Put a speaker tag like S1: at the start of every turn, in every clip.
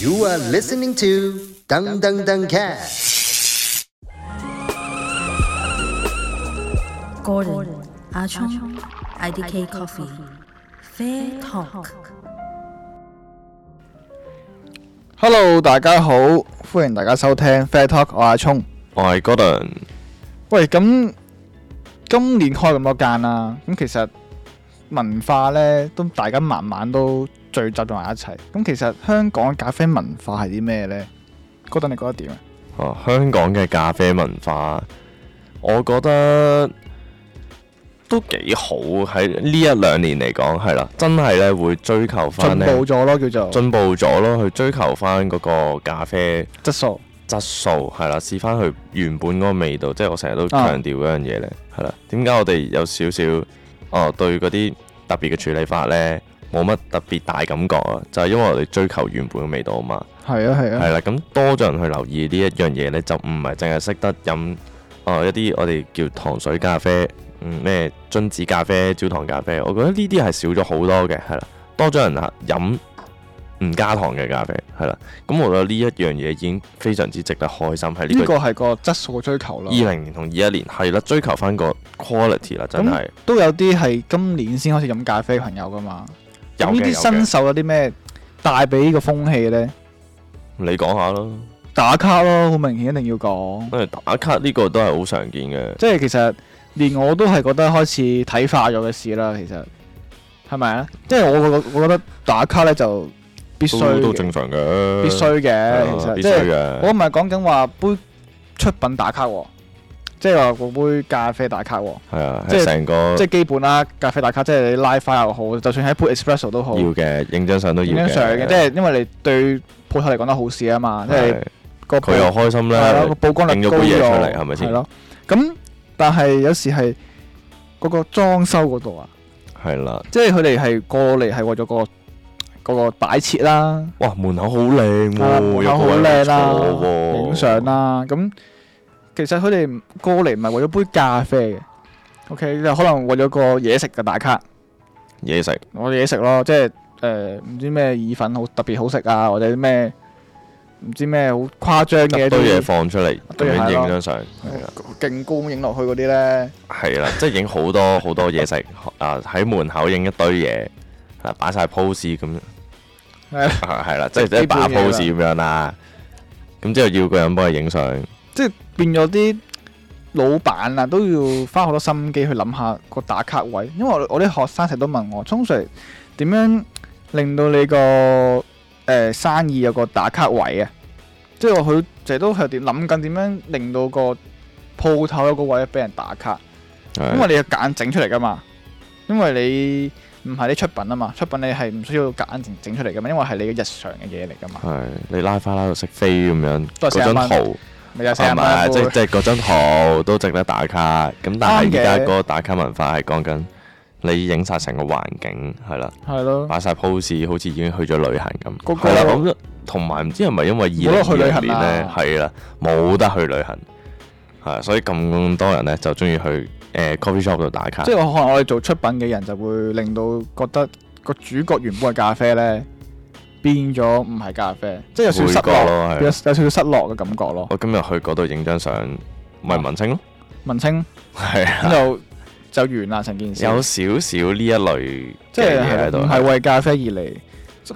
S1: You are listening to Dung Dung Dung Cat.
S2: Gordon Ah 阿聰 IDK Coffee Fair Talk
S3: Hello，大家好，歡迎大家收聽 Fair Talk，我係阿聰。
S4: 我係 Gordon，
S3: 喂，咁今年開咁多間啦，咁其實文化呢，都大家慢慢都聚集咗埋一齊。咁其實香港嘅咖啡文化係啲咩呢？Gordon 你覺得點啊？
S4: 哦，香港嘅咖啡文化，我覺得都幾好喺呢一兩年嚟講，係啦，真係咧會追求翻
S3: 進
S4: 咧
S3: 步咗咯，叫做
S4: 進步咗咯，去追求翻嗰個咖啡
S3: 質素。
S4: 質素係啦，試翻佢原本嗰個味道，即係我成日都
S3: 啊
S4: 強調嗰樣嘢咧，係啦、點解我哋有少少哦對嗰啲特別嘅處理法咧冇乜特別大感覺啊？就係、因為我哋追求原本嘅味道啊嘛。
S3: 係啊，係啊，
S4: 係啦，咁多咗人去留意呢一樣嘢呢，就唔係淨係識得飲哦一啲我哋叫糖水咖啡，嗯咩榛子咖啡、焦糖咖啡，我覺得呢啲係少咗好多嘅，係啦，多咗人啊飲唔加糖嘅咖啡，係啦，咁我覺得呢一樣嘢已經非常之值得開心，喺
S3: 呢
S4: 呢個
S3: 個啊係個質素嘅追求啦
S4: 二。零年同二一年係啦，追求翻個 quality 啦，真係
S3: 都有啲係今年先開始飲咖啡嘅朋友噶嘛。
S4: 有
S3: 咁呢
S4: 嘅
S3: 啲
S4: 有
S3: 新
S4: 嘅，
S3: 手有啲咩帶俾呢個風氣呢？
S4: 你講下咯，
S3: 打卡咯，好明顯一定要講。
S4: 因為打卡呢個都係好常見嘅。
S3: 即係其實連我都係覺得開始睇化咗嘅事啦。其實係咪啊？因為我我我覺得打卡咧就必須
S4: 都都
S3: 嘅
S4: 正常嘅，
S3: 必須嘅，其
S4: 係啊
S3: 實
S4: 必
S3: 即
S4: 須
S3: 係
S4: 嘅。
S3: 我唔係講緊話杯出品打卡喎，即係話個杯咖啡打卡喎，
S4: 係啊，
S3: 即係
S4: 係成個
S3: 即係基本啦。咖啡打卡即係你拉花又好，就算喺杯 espresso 都好，
S4: 要嘅，影張相都要
S3: 影張相嘅，即係因為你對鋪頭嚟講都好事啊嘛，即係
S4: 係
S3: 個
S4: 佢又開心
S3: 係
S4: 啦
S3: 咯，個，曝光率
S4: 啊整咗
S3: 高
S4: 杯嘢
S3: 咗，
S4: 出嚟係咪先
S3: 係咯，咁但係有時係嗰個裝修嗰度啊，
S4: 係啦，
S3: 即係佢哋係過嚟係為咗個嗰個擺設啦，
S4: 哇門口好靚
S3: 係啦
S4: 喎，
S3: 門
S4: 哦有
S3: 口
S4: 個
S3: 好
S4: 位
S3: 靚
S4: 唔
S3: 啦，
S4: 錯喎
S3: 影相，啦，咁其實佢哋過嚟唔係為咗杯咖啡嘅，OK 就可能為咗個嘢食嘅打卡，
S4: 嘢食
S3: 我哋嘢食咯，即係誒唔知咩意粉好特別好食啊，或者咩唔知咩好誇張嘅
S4: 一
S3: 一
S4: 堆嘢
S3: 啲
S4: 放出嚟，咁
S3: 堆嘢
S4: 樣
S3: 係咯
S4: 影張相，係啦，
S3: 勁高咁影落去嗰啲咧。
S4: 係啦，即 係影好多好多嘢食啊！喺門口影一堆嘢，啊擺晒 pose 咁，
S3: 係啦
S4: 啊係啦，即係
S3: 基
S4: 即
S3: 本
S4: 係打
S3: 嘢啦
S4: pose 咁樣啦。咁之後要個人幫佢影相，
S3: 即係變咗啲老闆啊，都要花好多心機去諗下個打卡位，因為我我啲學生成日都問我，通常點樣令到你個誒、呃生意有個打卡位啊？即係話佢成日都係點諗緊點樣令到個鋪頭有個位俾人打卡，因為
S4: 係
S3: 你要揀整出嚟噶嘛，因為你唔係啲出品啊嘛，出品你係唔需要揀整整出嚟噶嘛，因為係你嘅日常嘅嘢嚟噶嘛，
S4: 係你拉花拉到識飛咁樣，
S3: 都係四十
S4: 嗰張
S3: 蚊
S4: 圖。
S3: 咪有四十
S4: 係
S3: 蚊
S4: 咪？啊
S3: 一
S4: 即
S3: 杯
S4: 即係嗰張圖都值得打卡。咁但
S3: 啱嘅
S4: 係而家嗰個打卡文化係講緊你影晒成個環境係啦，
S3: 係咯。
S4: 擺晒 pose，好似已經去咗旅行
S3: 嗯嗰
S4: 咁。
S3: 個
S4: 係啦，咁同埋唔知係咪因為
S3: 冇得
S4: 二
S3: 去旅
S4: 零
S3: 行
S4: 二零年咧
S3: 啊，
S4: 係啦，冇得去旅行，係啊所以咁多人咧就中意去誒 coffee shop 度打卡
S3: 即。係我可能我哋做出品嘅人就會令到覺得個主角原本嘅咖啡呢變咗唔係咖啡，即係有少少失
S4: 會覺
S3: 落，有
S4: 咯，
S3: 有
S4: 係啊。
S3: 少少失落嘅感覺咯。
S4: 我今日去嗰度影張相，咪文青咯，
S3: 文 青
S4: 係啊
S3: 咁就就完啦成件事，
S4: 有少少呢一類
S3: 即係
S4: 嘅嘢喺
S3: 係
S4: 度啊
S3: 唔。係為咖啡而嚟？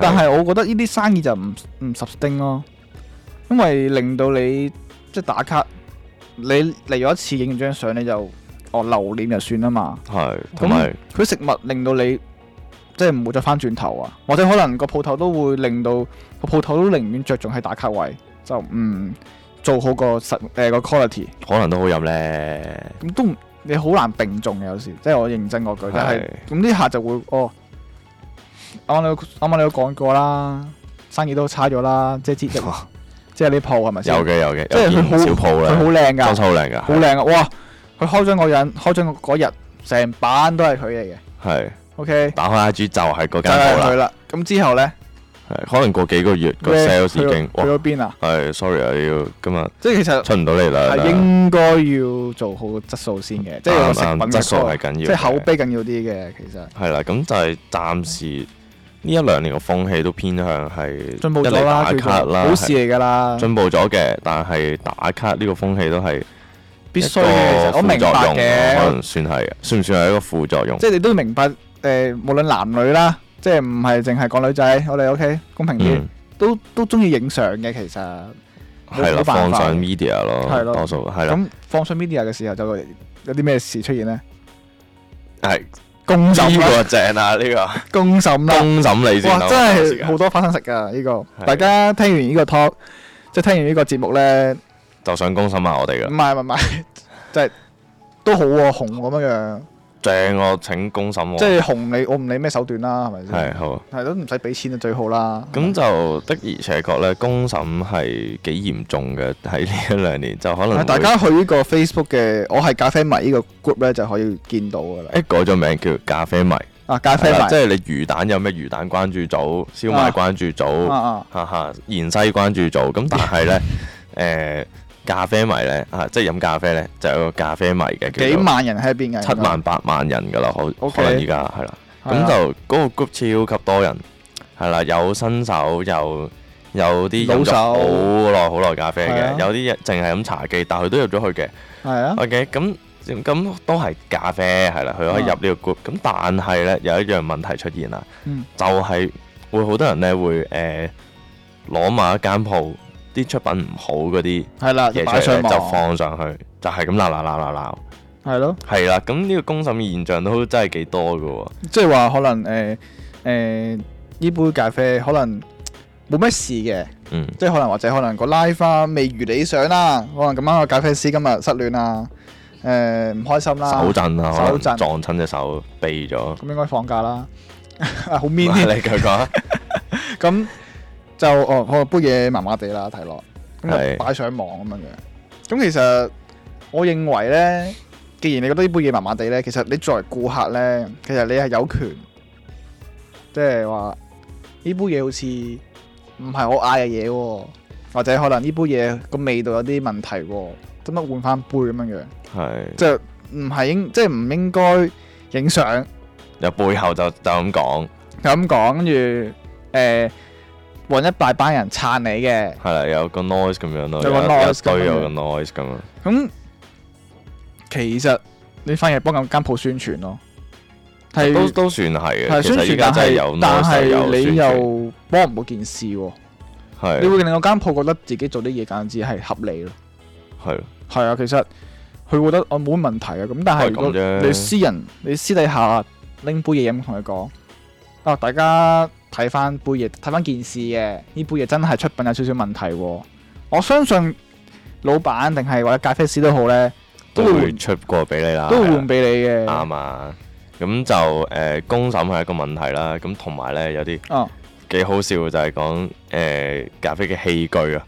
S3: 但係我覺得呢啲生意就唔唔 sustain 咯，因為令到你即係打卡，你嚟咗一次影完張相你就哦留念就算啦嘛。
S4: 係同埋。
S3: 佢食物令到你即係唔會再翻轉頭啊，或者可能個鋪頭都會令到個鋪頭都寧願着重喺打卡位，就唔做好個實誒、個 quality，
S4: 可能都好飲咧，
S3: 咁都唔你好難並重嘅有時，即係我認真嗰句，但係
S4: 係
S3: 咁啲客就會哦，啱啱你啱啱你都講過啦，生意都差咗啦，即係 即係即係呢鋪係咪先？
S4: 有嘅有嘅，
S3: 即係
S4: 有
S3: 佢好
S4: 件小鋪
S3: 佢好
S4: 咧，
S3: 靚
S4: 裝
S3: 㗎，
S4: 修好靚噶，
S3: 好靚啊！哇，佢開張嗰日，開張嗰日成版都係佢嚟嘅
S4: 係
S3: ，OK。
S4: 打開 IG 就係嗰
S3: 就
S4: 間
S3: 係
S4: 鋪
S3: 佢
S4: 啦，
S3: 啦。咁之後咧，
S4: 係可能過幾個月個
S3: Red
S4: sales
S3: 去到
S4: 已經
S3: 去
S4: 哇，
S3: 咗邊啊？
S4: 係 sorry 啊，要今日
S3: 即係其實
S4: 出唔到嚟啦，
S3: 係應該要做好個質素先嘅，即係個
S4: 啱
S3: 食品
S4: 啱
S3: 嘅
S4: 質素
S3: quality，
S4: 係緊要嘅，
S3: 即係口碑緊要啲嘅。其實
S4: 係啦，咁就係暫時呢一兩年嘅風氣都偏向係
S3: 進步
S4: 一嚟
S3: 咗啦，
S4: 打
S3: 叫
S4: 卡
S3: 做
S4: 啦，
S3: 好
S4: 係
S3: 事嚟㗎啦，
S4: 進步咗嘅，但係打卡呢個風氣都係
S3: 必須
S4: 一個
S3: 嘅。其實我明
S4: 副作
S3: 白
S4: 用
S3: 嘅
S4: 可，能算係嘅，算唔算係一個副作用？
S3: 即係你都要明白誒、無論男女啦，即係唔係淨係講女仔，我哋 OK 公平啲，
S4: 嗯，
S3: 都都中意影相嘅其實。冇
S4: 係啦，
S3: 冇辦
S4: 放
S3: 法
S4: 上 media
S3: 係
S4: 咯，
S3: 咯
S4: 多數係啦，
S3: 咁放上 media 嘅時候就有啲咩事出現呢？
S4: 係
S3: 公審
S4: 呢
S3: 啦，
S4: 個正啊，呢個
S3: 公審啦，
S4: 公審你先
S3: 哇！
S4: 啦，
S3: 真
S4: 時
S3: 係
S4: 間
S3: 好多花生食㗎呢
S4: 係
S3: 個。大家聽完呢個 talk，即係聽完呢個節目呢，
S4: 就想公審下我哋
S3: 唔
S4: 噶，
S3: 係唔 係，即係都好喎，紅咁樣樣，
S4: 正我請公審我，
S3: 即係紅你我唔理咩手段啦，係咪
S4: 係
S3: 先？
S4: 好啊。
S3: 係都唔使俾錢就最好啦。
S4: 咁就的而且確咧，公審係幾嚴重嘅，喺呢一兩年就可能
S3: 係啊大
S4: 會
S3: 家去呢個 Facebook 嘅我係咖啡迷呢個 group 咧就可以見到㗎啦。
S4: 誒改咗名叫咖啡迷，
S3: 啊，咖啡
S4: 係
S3: 迷
S4: 啦即係你魚蛋有咩魚蛋關注組、燒賣
S3: 啊
S4: 關注
S3: 啊
S4: 組、
S3: 啊，
S4: 哈哈芫茜關注 組，咁但係咧誒咖啡迷咧啊，即係飲咖啡咧就有個咖啡迷嘅，
S3: 幾
S4: 叫做
S3: 萬人喺邊嘅？
S4: 七萬八萬人㗎啦，可
S3: OK
S4: 可能而家係啦。
S3: 係啊啦
S4: 咁就嗰個 group 超級多人，係啦，有新手，有有啲飲
S3: 老
S4: 咗
S3: 手
S4: 好耐好耐咖啡
S3: 係
S4: 嘅
S3: 啊，
S4: 有啲淨係飲茶記，但係佢都入咗去嘅。
S3: 係啊，
S4: OK，咁咁都係咖啡係啦，佢
S3: 啊
S4: 可以入呢個 group。咁但係咧有一樣問題出現啦，
S3: 嗯
S4: 就係會好多人咧會誒攞埋一間鋪啲出品唔好嗰啲
S3: 係啦，
S4: 嘢
S3: 擺
S4: 出
S3: 上
S4: 嚟呢就
S3: 網
S4: 放上去，就係咁鬧鬧鬧鬧鬧。
S3: 係咯，
S4: 係啦，咁呢個公審嘅現象都真係幾多㗎喎。
S3: 即係話可能誒誒呢杯咖啡可能冇咩事嘅，
S4: 嗯。
S3: 即係可能或者可能個 live 啊未如理想啦，可能咁啱個咖啡師今日失戀啊，誒唔開心啦
S4: 手，震啊，可
S3: 手
S4: 能
S3: 震
S4: 撞親隻手痹咗。
S3: 咁應該放假啦， 好 mean 添。
S4: 你繼續 講，
S3: 咁就哦，我杯嘢麻麻地啦，睇落咁
S4: 係
S3: 就擺上網咁樣樣。咁其實我認為咧，既然你覺得呢杯嘢麻麻地咧，其實你作為顧客咧，其實你係有權，即係話呢杯嘢好似唔係我嗌嘅嘢喎，或者可能呢杯嘢個味道有啲問題喎，咁乜換翻杯咁樣樣，
S4: 係
S3: 即係唔係應即係唔應該影相。
S4: 由背後就就咁講，
S3: 就咁講，跟住誒揾一大班人撐你嘅，
S4: 係啦，有個 noise 咁樣咯，
S3: 有
S4: 有
S3: 個
S4: 有一
S3: noise 咁樣
S4: 堆有個 noise 咁樣，
S3: 咁其實你反而幫緊間鋪宣傳咯，係
S4: 都都算係嘅。
S3: 係
S4: 其
S3: 宣
S4: 實依
S3: 傳，
S4: 家
S3: 但
S4: 真係有
S3: 係但
S4: noise 有
S3: 係
S4: 宣
S3: 你
S4: 傳，
S3: 又幫唔到件事喎，你
S4: 係
S3: 會令到間鋪覺得自己做啲嘢簡直係合理咯。
S4: 係
S3: 係啊，其實佢覺得我冇乜問題啊，咁但係如
S4: 都
S3: 果
S4: 係咁啫
S3: 你私人你私底下拎杯嘢飲同佢講，啊大家睇翻杯嘢睇翻件事嘅，呢杯嘢真係出品有少少問題喎。我相信老闆定係或者咖啡師都好咧，
S4: 都
S3: 都會
S4: 會
S3: 換
S4: 出過俾你啦，
S3: 都會
S4: 啊係啦
S3: 換俾你嘅。
S4: 啱啊。咁就誒公審係一個問題啦，咁同埋咧有啲
S3: 哦
S4: 幾好笑嘅就係講誒咖啡嘅器具啊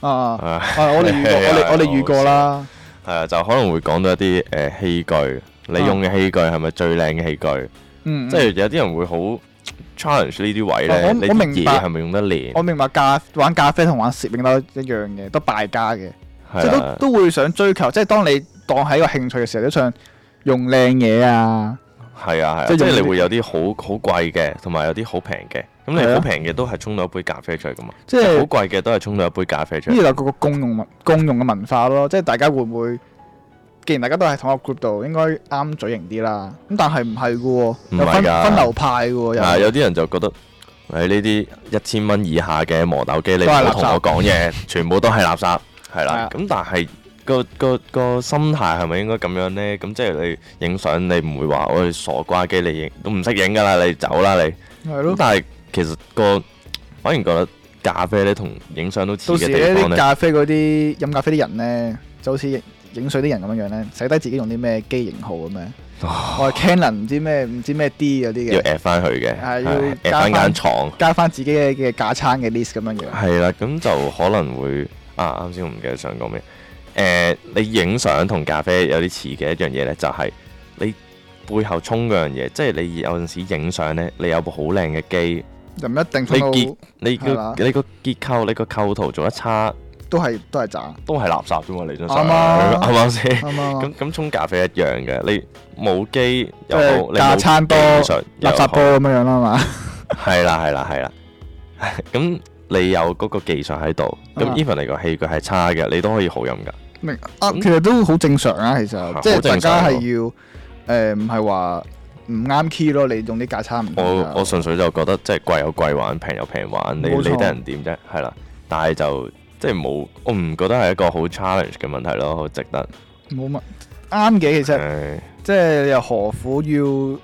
S3: 啊啊，
S4: 啊。
S3: 啊我哋遇過，我哋我哋遇過啦，
S4: 係啊，就可能會講到一啲誒、呃器具，你用嘅器具係咪最靚嘅器具？
S3: 啊嗯，
S4: 即係有啲人會好 challenge 呢啲位咧，
S3: 我我
S4: 你
S3: 我
S4: 啲
S3: 明
S4: 嘢
S3: 白
S4: 係咪用得靚
S3: 我？明白咖玩咖啡同玩攝影都一樣嘅，都敗家嘅。即
S4: 係啊
S3: 係
S4: 啦，
S3: 都都會想追求，即係當你當係一個興趣嘅時候，都想用靚嘢啊，
S4: 係啊，係啊，
S3: 即
S4: 即
S3: 係用
S4: 係你
S3: 啲
S4: 會有啲好好貴嘅，同埋有啲好平嘅。咁你
S3: 係啊
S4: 好平嘅都係沖到一杯咖啡出嚟噶嘛，
S3: 即係
S4: 好
S3: 呢
S4: 貴嘅都係沖到一杯咖啡出
S3: 度
S4: 嚟。
S3: 有個共用文共用嘅文化咯，即係大家會唔會？既然大家都係同一個 group 度，應該啱嘴型啲啦。咁但係唔係嘅喎，有
S4: 唔係
S3: 分
S4: 㗎
S3: 分流派嘅喎，
S4: 啊，
S3: 又
S4: 有啲人就覺得。誒呢啲一千蚊以下嘅磨豆機，你唔
S3: 都係
S4: 好
S3: 垃圾
S4: 同我講嘢，全部都係垃圾，係
S3: 係
S4: 啦
S3: 啊。
S4: 咁但係個個個心態係咪應該咁樣呢？咁即係你影相，你唔會話我傻瓜機，你影都唔識影㗎啦，你走啦你。
S3: 係
S4: 咁
S3: 咯。
S4: 但係其實個反而覺得咖啡咧同影相都似
S3: 到
S4: 嘅
S3: 時呢
S4: 地方
S3: 啲
S4: 咧，
S3: 咖啡嗰啲飲咖啡啲人咧，就好似影水啲人咁樣樣咧，寫低自己用啲咩機型號咁樣。
S4: 哦
S3: 我係 Canon 唔知咩唔知咩 D 嗰啲
S4: 要
S3: 嘅，
S4: add 翻佢嘅，
S3: 係要
S4: 係 add
S3: 加
S4: 翻
S3: 返
S4: 間廠。
S3: 加翻自己嘅嘅架撐嘅 list 咁樣樣。
S4: 係啦，咁就可能會啊，啱先我唔記得想講咩。誒、你影相同咖啡有啲似嘅一樣嘢呢，就係、你背後衝嗰樣嘢，即係你有陣時影相呢，你有部好靚嘅機，
S3: 就唔一定
S4: 你
S3: 分到
S4: 結你
S3: 係
S4: 個
S3: 嘛
S4: 你個結構、你個構圖做得差，
S3: 都係都係渣。
S4: 都係垃圾啫嘛，你張相
S3: 啱啊
S4: 啱唔啱先？
S3: 啱啊
S4: 咁咁沖咖啡一樣嘅，你冇機又
S3: 即係
S4: 好，你
S3: 架
S4: 冇
S3: 撐多
S4: 技術又
S3: 垃圾
S4: 好
S3: 波咁樣樣啦嘛，
S4: 係啦係啦係 啦，咁你有嗰個技術喺度，咁
S3: 啊
S4: even 你個器具係差嘅，你都可以好飲㗎。
S3: 明啊，
S4: 咁
S3: 其實都好正常啊，其實
S4: 嗯好
S3: 即係大
S4: 正常
S3: 家係
S4: 喎
S3: 要誒，唔係話唔啱 key 咯，你用啲架差唔同
S4: 我
S3: 㗎
S4: 我純粹就覺得即係貴有貴玩，平有平玩，你
S3: 嗯啊冇錯
S4: 理得人點啫？係啦，但係就即係冇，我唔覺得係一個好 challenge 嘅問題咯，好值得。
S3: 冇乜啱嘅，其實
S4: 誒
S3: 即係又何苦要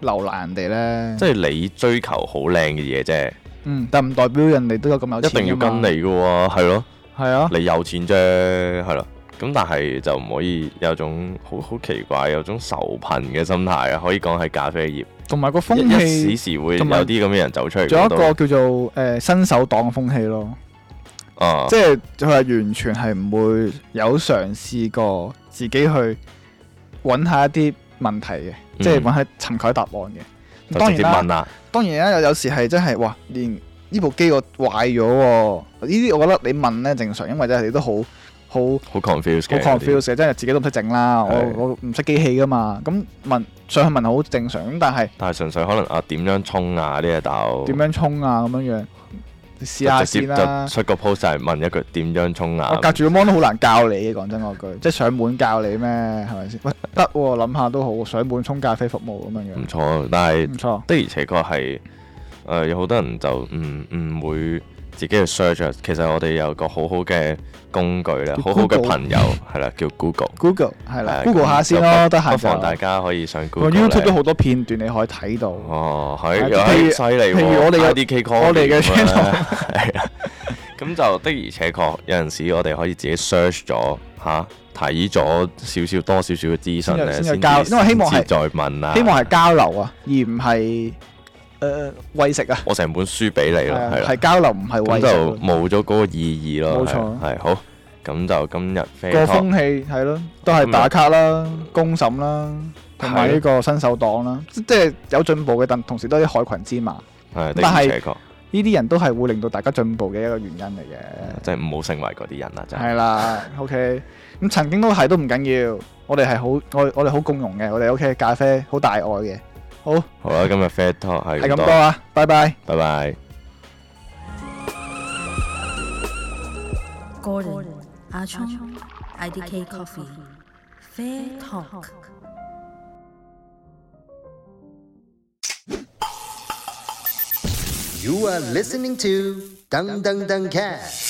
S3: 留難人哋咧？
S4: 即係你追求好靚嘅嘢啫，
S3: 嗯，但唔代表人哋都有咁有
S4: 一
S3: 錢
S4: 定要
S3: 㗎
S4: 跟
S3: 嘛
S4: 你嘅喎，係咯，
S3: 係啊，
S4: 你有錢啫，係咯。咁但係就唔可以有種好好奇怪，有種仇貧嘅心態啊，可以講係咖啡業
S3: 同埋個
S4: 一
S3: 風
S4: 一時
S3: 氣，
S4: 時會有
S3: 同埋
S4: 啲咁嘅人走出嚟
S3: 仲有一
S4: 嗰
S3: 個
S4: 度。
S3: 叫做誒、呃新手黨嘅風氣咯，
S4: 啊，
S3: 即係佢係完全係唔會有嘗試過自己去揾下一啲問題嘅，即係
S4: 嗯
S3: 揾下尋求答案嘅。
S4: 就
S3: 當
S4: 直
S3: 然
S4: 接
S3: 啦
S4: 問，啊啦，
S3: 當然啦，有有時係真係哇，連呢部機個壞咗喎，呢啲我覺得你問咧正常，因為真係你都好好。
S4: 好 confused
S3: 好
S4: 嘅。
S3: confuse 嘅，真係自己都唔識整啦，我
S4: 係
S3: 我唔識機器噶嘛，咁問上去問好正常，咁但係
S4: 但係純粹可能啊點樣衝啊呢一竇
S3: 點樣衝啊咁樣樣，你試下
S4: 直接
S3: 先啦
S4: 就。出個 post 就係問一句點樣衝啊
S3: 我？隔住個 mon 都好難教你嘅，講真嗰句，即係上門教你咩，係咪先？喂，得喎，諗下都好，上門沖咖啡服務咁樣
S4: 唔
S3: 樣，
S4: 錯，但係
S3: 唔錯，
S4: 的而且確係誒有好多人就唔唔會自己去 search 啊。其實我哋有個好好嘅工具咧，
S3: 叫
S4: 好好嘅
S3: Google
S4: 朋友係啦，叫 Google。
S3: Google 係啦
S4: 係
S3: ，Google 下先咯，
S4: 咁
S3: 得
S4: 不
S3: 閒
S4: 妨大
S3: 就。
S4: 家可以上
S3: 我
S4: Google 呢
S3: YouTube 都好多片段你可以睇到，
S4: 哦，
S3: 係
S4: 係，
S3: 啊譬如
S4: 係犀利喎。
S3: 譬如我哋嘅
S4: IDK call
S3: 我哋嘅 channel
S4: 係啊，咁就的而且確有陣時我哋可以自己 search 咗吓，睇咗少少多少少嘅資訊咧，
S3: 先有先有
S4: 先至
S3: 交因為希望係
S4: 先至再問啦。
S3: 希望係交流啊，而唔係誒喂食啊，
S4: 我成本書俾你
S3: 係
S4: 啦，
S3: 啊
S4: 係啦
S3: 係，交流唔係
S4: 咁
S3: 喂食
S4: 就
S3: 啊。
S4: 冇咗嗰個意義咯。
S3: 冇錯
S4: 係係好，咁就今日啡
S3: 個
S4: talk
S3: 風氣係咯，都係打卡啦、公審啦，同埋呢個新手黨啦，即即係有進步嘅，但同時都係啲害群之馬。
S4: 係的
S3: 但
S4: 而
S3: 係
S4: 且確，
S3: 呢啲人都係會令到大家進步嘅一個原因嚟嘅。
S4: 即係唔好成為嗰啲人啦，真係
S3: 係啦，OK，咁曾經都係都唔緊要，我哋係好我我哋好共融嘅，我哋 OK 咖啡好大愛嘅。好，
S4: 好啦，今日啡 talk 係
S3: 係
S4: 咁
S3: 咁
S4: 多
S3: 多，啊，拜拜。
S4: 拜拜。
S2: Gordon, Ah Achong, IDK Coffee, Fair Talk.
S1: You are listening to Dung Dung Dung Cat.